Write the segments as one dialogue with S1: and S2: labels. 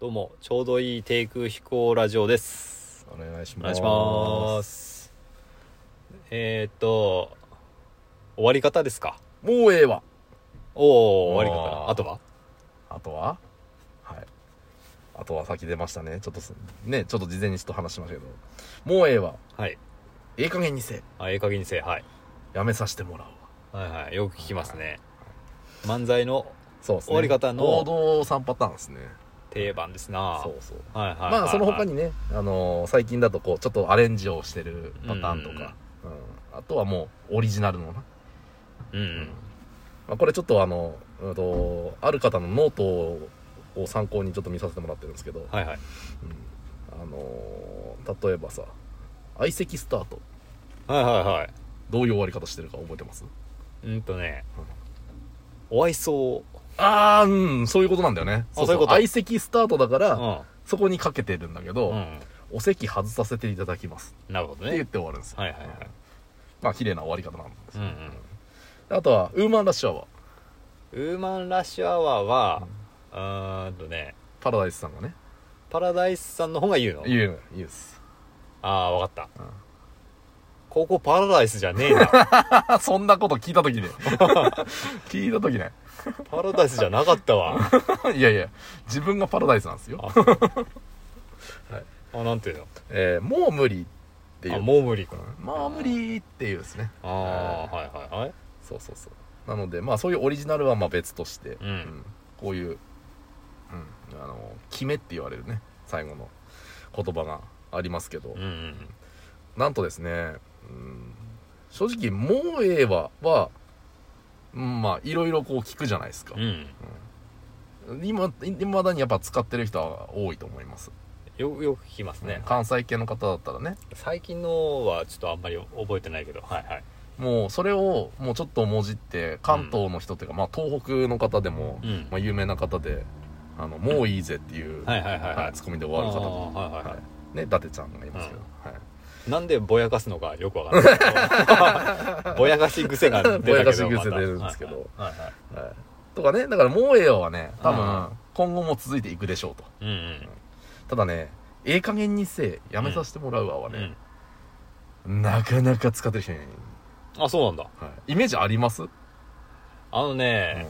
S1: どうも、ちょうどいい低空飛行ラジオです。
S2: お願いし
S1: お
S2: ま
S1: 願い
S2: す
S1: します。えー、っと、終わり方ですか
S2: もうええわ
S1: おお終わり方。
S2: あー
S1: あとは
S2: あとははいあとは先出ましたねちょっとすねちょっと事前にちょっと話しましたけどもうええわ
S1: はい。
S2: ええ加減にせえ
S1: あ、ええ加減にせえ。はい。
S2: やめさせてもらうわ
S1: はいはい。よく聞きますね。漫才の
S2: そうですね
S1: 終わり方の
S2: 王道3パターンですね
S1: 定番ですな。
S2: そうそう
S1: はいはいはい、
S2: まあその他
S1: に。
S2: にね、あのー最近だとこうちょっとアレンジをしてるパターンとか、うんあとはもうオリジナルのな、
S1: う
S2: うん
S1: ん。
S2: まあ、これちょっとあの、うん、とある方のノートを参考にちょっと見させてもらってるんですけど、
S1: はいはい。
S2: うんあのー例えばさ相席スタート
S1: はいはいはい。
S2: どういう終わり方してるか覚えてます
S1: うんとね
S2: うん、
S1: お会いそう。
S2: ああうんそういうことなんだよね
S1: あそういうこと
S2: 相席スタートだから、
S1: うん。
S2: そこにかけてるんだけど、
S1: うん。
S2: お席外させていただきます
S1: なるほど
S2: って言っ
S1: ね。
S2: て終わるんですよ、
S1: はいはいはい
S2: うんまあ綺麗な終わり方なんです
S1: うん
S2: よ
S1: うん。
S2: あとはウーマンラッシュアワー
S1: ウーマンラッシュアワーは、うーんとね、
S2: パラダイスさんがね
S1: パラダイスさんの方が言うの
S2: 言うの言うっす、
S1: ああ、わかった。
S2: うん
S1: ここパラダイスじゃねえな。
S2: あそんなこと聞いた 時ね聞いた時ね
S1: パラダイスじゃなかったわ。
S2: いやいや自分がパラダイスなんですよ
S1: あ、あなんていうの
S2: えーもう無理っていう
S1: あ、もう無理か。
S2: うんもう無理っていうですね
S1: ああ、はいはいはい。
S2: そうそうそうなのでまあそういうオリジナルはまあ別として、
S1: うん
S2: こういう、うん、あの決めって言われるね最後の言葉がありますけど、
S1: うんうん。
S2: なんとですね、うん、正直「もうええわ」は、うんまあいろいろこう聞くじゃないですか
S1: う、ん。
S2: 今いまだにやっぱ使ってる人は多いと思います、
S1: よく、よく聞きますね
S2: ね、。関西系の方だったらね
S1: 最近のはちょっとあんまり覚えてないけど、はいはい。
S2: もうそれをもうちょっともじって関東の人っていうか、まあ東北の方でも、
S1: うん
S2: まあ、有名な方で「あのもういいぜ」っていう、
S1: はいはいはいはい
S2: ツッコミで終わる方も
S1: あーはいはいは
S2: ね伊達ちゃんがいますけど、はい
S1: なんでぼやかすのかよくわからな い。ぼやかし癖が出たけど。
S2: ぼやかし癖出るんですけど
S1: またはいはい。
S2: はいとかねだから「もうええよ」はね多
S1: あ
S2: 分今後も続いていくでしょうと
S1: うんうん。
S2: ただね「ええ加減にせえやめさせてもらうわ」は
S1: うん
S2: ね、なかなか使ってる人いない、
S1: あ、そうなんだ。
S2: はい、イメージあります、
S1: あのね、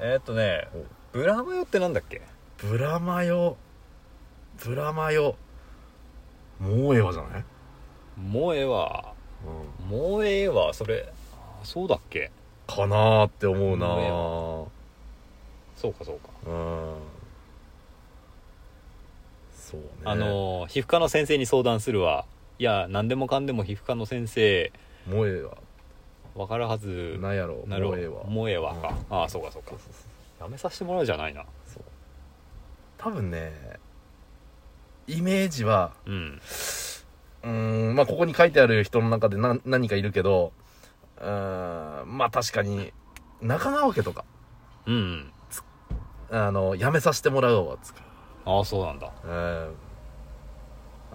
S1: えーっとね、ブラマヨってなんだっけ
S2: うんブラマヨブラマヨもうええわじゃない、
S1: 萌えは、
S2: うん
S1: 萌えは、それ、あそうだっけ
S2: かなーって思うな
S1: もうええ
S2: ー
S1: そうかそうか。
S2: うんそうね
S1: あの、皮膚科の先生に相談するわ。いや、何でもかんでも皮膚科の先生、
S2: もうええわ
S1: わかるはず、
S2: なんやろ
S1: なる
S2: もうええわ
S1: 萌えはか。ああ、そうかそうか
S2: そう。そうそう
S1: やめさせてもらうじゃないな。
S2: そう多分ねイメージは
S1: うん。
S2: うーんまあここに書いてある人の中で何何かいるけどうーんまあ確かに中直家とか
S1: うんうん。
S2: あのやめさせてもらうわつか
S1: ああ、そうなん だ。
S2: うん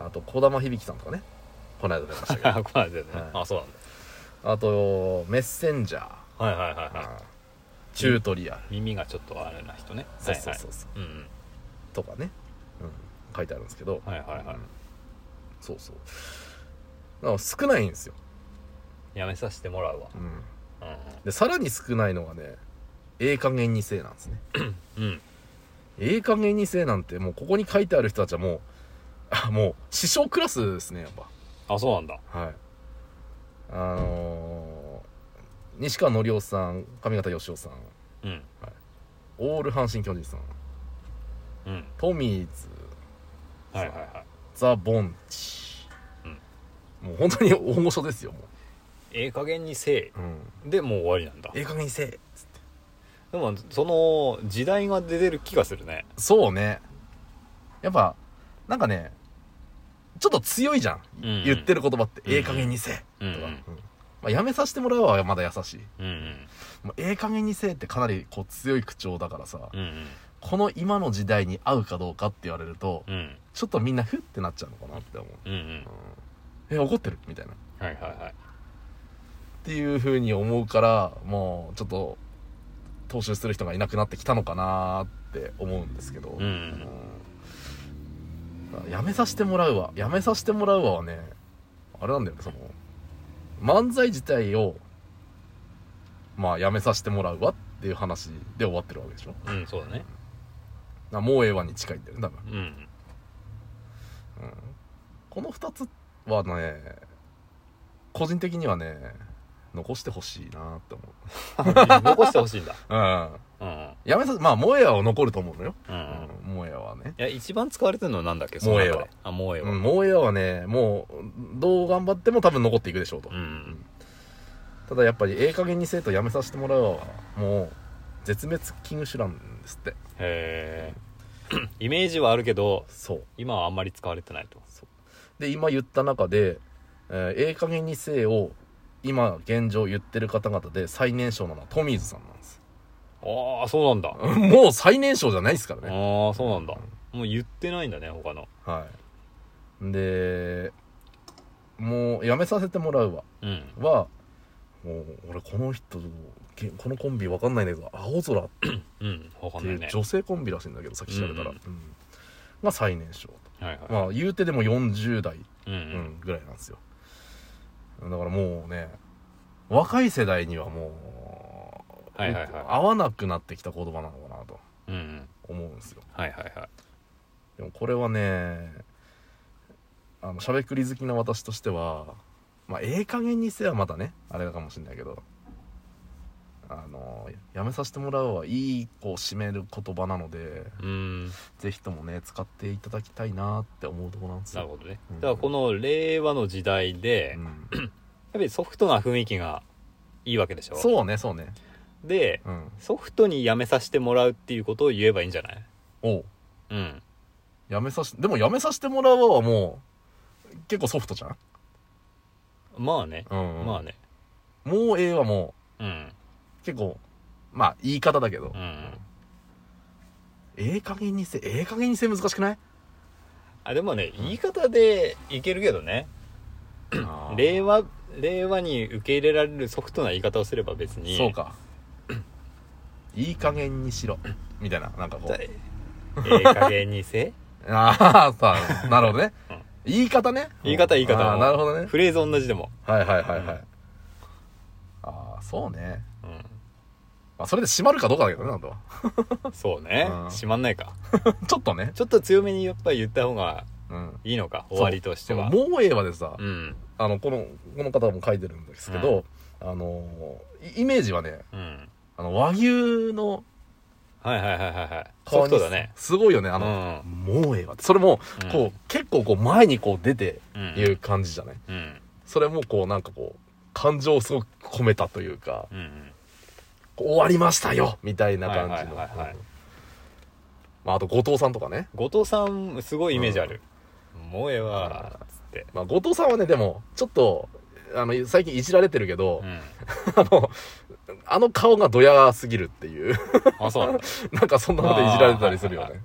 S2: あと児玉響さんとかねこの間出ましたけど
S1: あこないだよね。
S2: はい
S1: ああ、そうなんだ。
S2: あとメッセンジャー
S1: はいはいはいはい。
S2: チュートリアル、
S1: 耳がちょっとあれな人ね。
S2: そうそうそうそう、
S1: はいはい。うん
S2: とかね、うん、書いてあるんですけど、
S1: うん。はいはいはい
S2: うん。そうそうだから少ないんですよ、
S1: やめさせてもらうわ。
S2: うん、
S1: う
S2: でさらに少ないのがねええ加減にせえなんですね
S1: ん。うん。
S2: ええ加減にせえなんてもうここに書いてある人たちはもうあもう師匠クラスですねやっ
S1: あ、そうなんだ。
S2: ぱはいあのー西川紀夫さん上方義雄さん
S1: うん。
S2: オール阪神・巨人さん
S1: うん。
S2: トミーズ
S1: はいはいはい。
S2: ザ・ボンチ、もう本当に大御所ですよも
S1: ええ加減にせ
S2: う、うん、
S1: え。で、もう終わりなんだ。
S2: ええ加減にせえ
S1: でも、その、時代が出てる気がするね。
S2: そうねやっぱなんかねちょっと強いじゃん、
S1: うんうん
S2: 言ってる言葉って、
S1: うんうん
S2: ええ加減にせえ
S1: うん
S2: とか、うんまあ、やめさせてもらうはまだ優しい、
S1: うん。うん
S2: まあ、ええ加減にせえってかなりこう強い口調だからさ、
S1: うん。うん
S2: この今の時代に合うかどうかって言われると、
S1: うん。うん。
S2: ちょっとみんなフッってなっちゃうのかなって思う、
S1: うんうん。
S2: うんえ怒ってるみたいなっ
S1: はいはいはい。
S2: ていうふうに思うからもうちょっと踏襲する人がいなくなってきたのかなっって思うんですけど、
S1: うん
S2: うんやめさせてもらうわやめさせてもらうわはねあれなんだよねその漫才自体をまあやめさせてもらうわっていう話で終わってるわけでしょ
S1: うんそうだね
S2: なもうええわに近いんだよね多分
S1: うん
S2: この2つはね個人的にはね残してほしいなって思う
S1: 残してほしいんだう
S2: うん
S1: ん
S2: やめさせまあもえあは残ると思うのよ、
S1: うん、うん
S2: うん、もえあはね
S1: いや、一番使われてるのはなんだっけ
S2: もうええわ
S1: その中であ、もうええわ。
S2: うん、もうええはねもうどう頑張っても多分残っていくでしょうと、
S1: うん。
S2: ただやっぱりええ加減にせえとやめさせてもらうわはもう絶滅危惧種なんですって
S1: へえ。イメージはあるけど、
S2: そう
S1: 今はあんまり使われてないと。
S2: で今言った中でえーええ加減にせえを今現状言ってる方々で最年少なのはトミーズさんなんです
S1: ああ、そうなんだ。あ
S2: もう最年少じゃないですからね
S1: あ、そうなんだ。もう言ってないんだね、他の。
S2: はいでもうやめさせてもらうわ
S1: うん。
S2: はもう俺この人けこのコンビわかんないんだけど青空っ
S1: うん。わか
S2: て
S1: んない
S2: いう
S1: ね。
S2: 女性コンビらしいんだけどさっき調べたら、
S1: うん
S2: うんが最年少と
S1: はいはい。
S2: まあ言うてでも40代、
S1: うんう
S2: うん
S1: ん。
S2: ぐらいなんですよだからもうね若い世代にはもう、
S1: はいはいはい
S2: 合わなくなってきた言葉なのかなと
S1: うんうん。
S2: 思うんですよ
S1: はいはいはい。
S2: でもこれはねあのしゃべくり好きな私としてはまあええ加減にせはまたねあれかもしれないけどあのやめさせてもらうはいい子を締める言葉なので
S1: うん。
S2: ぜひともね使っていただきたいなって思うとこなんです
S1: な
S2: よ
S1: るほどね
S2: うん。
S1: だからこの令和の時代で、やっ
S2: うん
S1: ぱりソフトな雰囲気がいいわけでしょ
S2: そうねそうね
S1: で、
S2: うん
S1: ソフトにやめさせてもらうっていうことを言えばいいんじゃない
S2: おう
S1: うん。
S2: やめさしでもやめさせてもらうわはもう結構ソフトじゃん、
S1: まあね。
S2: うんうん
S1: まあね。
S2: もうええはも
S1: うん。
S2: う結構まあ言い方だけど、
S1: うん。
S2: ええ加減にせええ加減にせ難しくない
S1: あでもね言い方でいけるけどね令
S2: 和
S1: 和令和に受け入れられるソフトな言い方をすれば別に
S2: そうか いい加減にしろみたいななんかこ
S1: だ
S2: う
S1: ええ加減に せ
S2: ああさあなるほどね、
S1: うん
S2: 言い方ね
S1: 言い方言い
S2: あ
S1: 方
S2: ーなるほどね
S1: フレーズ同じでも
S2: はいはいはいはい、
S1: うん
S2: ああそうね、
S1: うん
S2: まあ、それで閉まるかどうかだけどねなんとは
S1: そうね
S2: うん
S1: しまんないか
S2: ちょっとね、
S1: ちょっと強めにやっぱり言った方が
S2: うん、
S1: いいのか終わりとしては
S2: もうええわでさ、
S1: うん
S2: あのこのこの方も書いてるんですけど、あのーいイメージはね
S1: うん
S2: あの和牛の
S1: はいはいはいはいはい
S2: 顔
S1: ソ
S2: に
S1: フトだね
S2: すごいよね
S1: あ
S2: あの、もうええわってそれもこう、結構こう前にこう出て
S1: うんうん
S2: いう感じじゃない
S1: うん
S2: それもこうなんかこう感情をすごく込めたというか
S1: うんうん
S2: こう終わりましたよみたいな感じの、
S1: はいはいはいはい
S2: まあ、あと後藤さんとかね、
S1: 後藤さんすごいイメージあるもうええわつって
S2: まあ、後藤さんはねでもちょっとあの最近いじられてるけど
S1: う、ん
S2: あのあの顔がドヤすぎるっていう
S1: あそうなんだ
S2: なんかそんなこといじられたりするよ
S1: あーはい
S2: ね、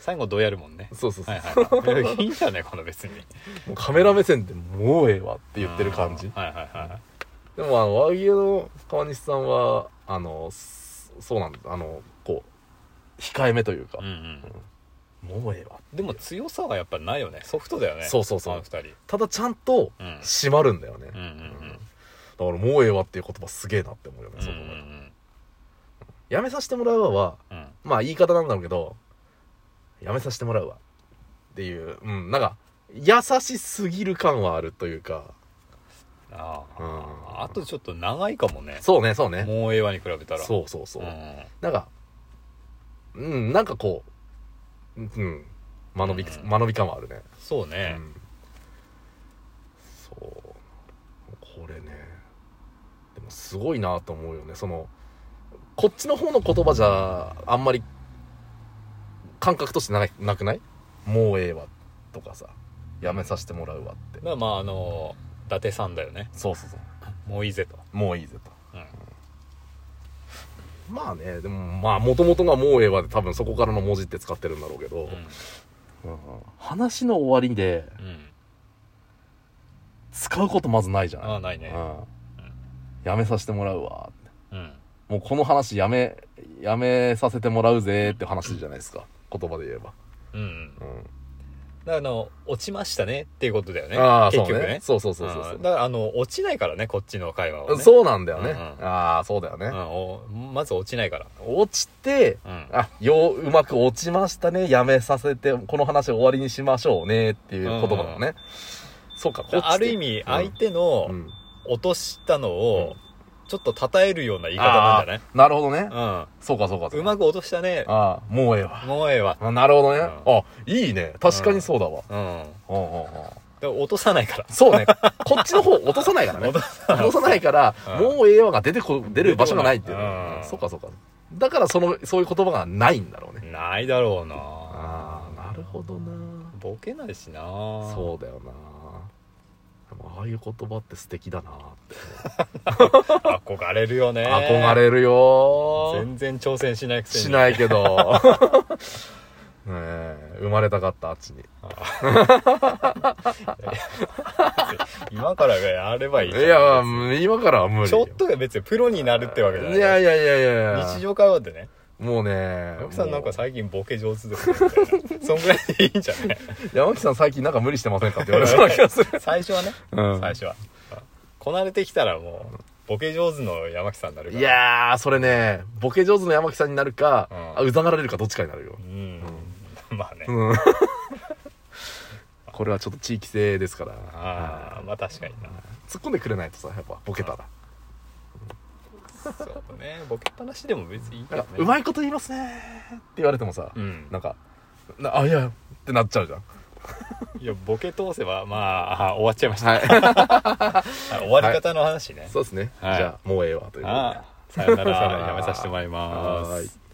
S1: 最後どうやるもんね
S2: うん、そうそうそう、
S1: はいはい はい。いいんじゃないこの別に。
S2: もうカメラ目線でもうええわって言ってる感じ
S1: はいはいはい。
S2: でもあの和牛の川西さんはあのそそうなんだあのこう控えめというか
S1: うん、うん。
S2: もうええわ
S1: でも強さはやっぱないよね。ソフトだよね。
S2: そうそうそう
S1: あの二人。
S2: ただちゃんと
S1: うん。
S2: 締まるんだよね、
S1: うんうん
S2: だから「もうええわ」っていう言葉すげえなって思うよね、
S1: うん。うん
S2: そ
S1: うん
S2: こまでやめさせてもらうわは
S1: うん。うん。
S2: まあ言い方なんだろうけどやめさせてもらうわっていううんなんか優しすぎる感はあるというか
S1: あ
S2: うん
S1: あ。あとちょっと長いかもね。
S2: そうねそう ね
S1: もうええわに比べたら。
S2: そうそうそうう、
S1: ん。
S2: なんかうんなんかこううんうん間延び、
S1: うん
S2: 間延び感はあるね、
S1: そうね
S2: う。んそうこれねでもすごいなと思うよねそのこっちの方の言葉じゃあんまり感覚としてななくないもうええわとかさやめさせてもらうわって
S1: だからまああの、伊達さんだよね。
S2: そうそうそう
S1: もういいぜと。
S2: もういいぜと
S1: うん。
S2: まあねでもまあもともとが「もうええわ」で多分そこからの文字って使ってるんだろうけど、うん話の終わりで
S1: うん。うん。
S2: 使うことまずないじゃない
S1: ああ、ないね。
S2: うんやめさせてもらうわ
S1: うん。
S2: もうこの話やめやめさせてもらうぜって話じゃないですか言葉で言えば、
S1: うんうんだか
S2: うん
S1: らあの落ちましたねっていうことだよね
S2: ああ
S1: 結
S2: そう
S1: 局
S2: ね
S1: ね
S2: そうそうそうそうそう
S1: うんだからあの落ちないからねこっちの会話は、ね、う、
S2: そうなんだよね、
S1: うんうん
S2: ああそうだよ
S1: ん、
S2: ね、
S1: おまず落ちないから
S2: 落ちて
S1: うん
S2: あよううまく落ちましたねやめさせてこの話終わりにしましょうねっていう言葉だもんね、そうかこっち
S1: ある意味相手
S2: う
S1: の
S2: ん
S1: 落としたのをちょっと称えるような言い方な
S2: あ
S1: んじゃない
S2: ーなるほどね、そうかそうか
S1: う
S2: そ
S1: ん、う
S2: うか
S1: まく落としたね
S2: ああもうええわ
S1: もうええわ
S2: あなるほどね、
S1: う
S2: あいいね確かにそうだわ、
S1: うん
S2: うんうんうん
S1: でも落とさないから
S2: そう ねこっちの方落とさないからね
S1: 落と
S2: 落とさないから、
S1: うん
S2: もうええわが出てこ出る場所がないっていう、
S1: 出てこないうん
S2: そうかそうかだからそのそういう言葉がないんだろうね
S1: ないだろうな
S2: ああなるほどな
S1: ボケないしな
S2: そうだよなでもああいう言葉って素敵だなって、
S1: 憧れるよね
S2: 憧れるよ
S1: 全然挑戦しないくせに
S2: し
S1: い
S2: ないけど ねえ生まれたかったあっちに
S1: 今からやればいい
S2: い
S1: じゃん
S2: や今からは無理
S1: ちょっとが別にプロになるってわけじゃない
S2: いやいやいやいやいや
S1: 日常会話でね
S2: もうね
S1: 奥さんなん
S2: も
S1: か
S2: う
S1: 最近ボケ上手ですねみたいなそんぐらいでいいんじゃ ない
S2: 山木さん最近なんか無理してませんかって言われそうな気がする
S1: 最 初はね、
S2: うん
S1: 最初はこなれてきたらもうボケ上手の山木さんになるから
S2: いやーそれねボケ上手の山木さんになるか、
S1: う
S2: うんざがられるかどっちかになるよ
S1: う、ん、まあね、
S2: うんこれはちょっと地域性ですから
S1: ああまあ確かにな
S2: 突っ込んでくれないとさやっぱボケたら
S1: そうねボケっぱなしでも別にいいけ
S2: なん
S1: ど
S2: か
S1: ね、
S2: うまいこと言いますねって言われてもさ、
S1: うん
S2: なんかなあいやってなっちゃうじゃん
S1: いやボケ通せばまああ終わっちゃいました、
S2: はい
S1: あ終わり方の話ね、
S2: そうですね、
S1: はい
S2: じゃあもうええわということ で
S1: ああさよなら
S2: さよなら
S1: やめさせてもらいます
S2: はーい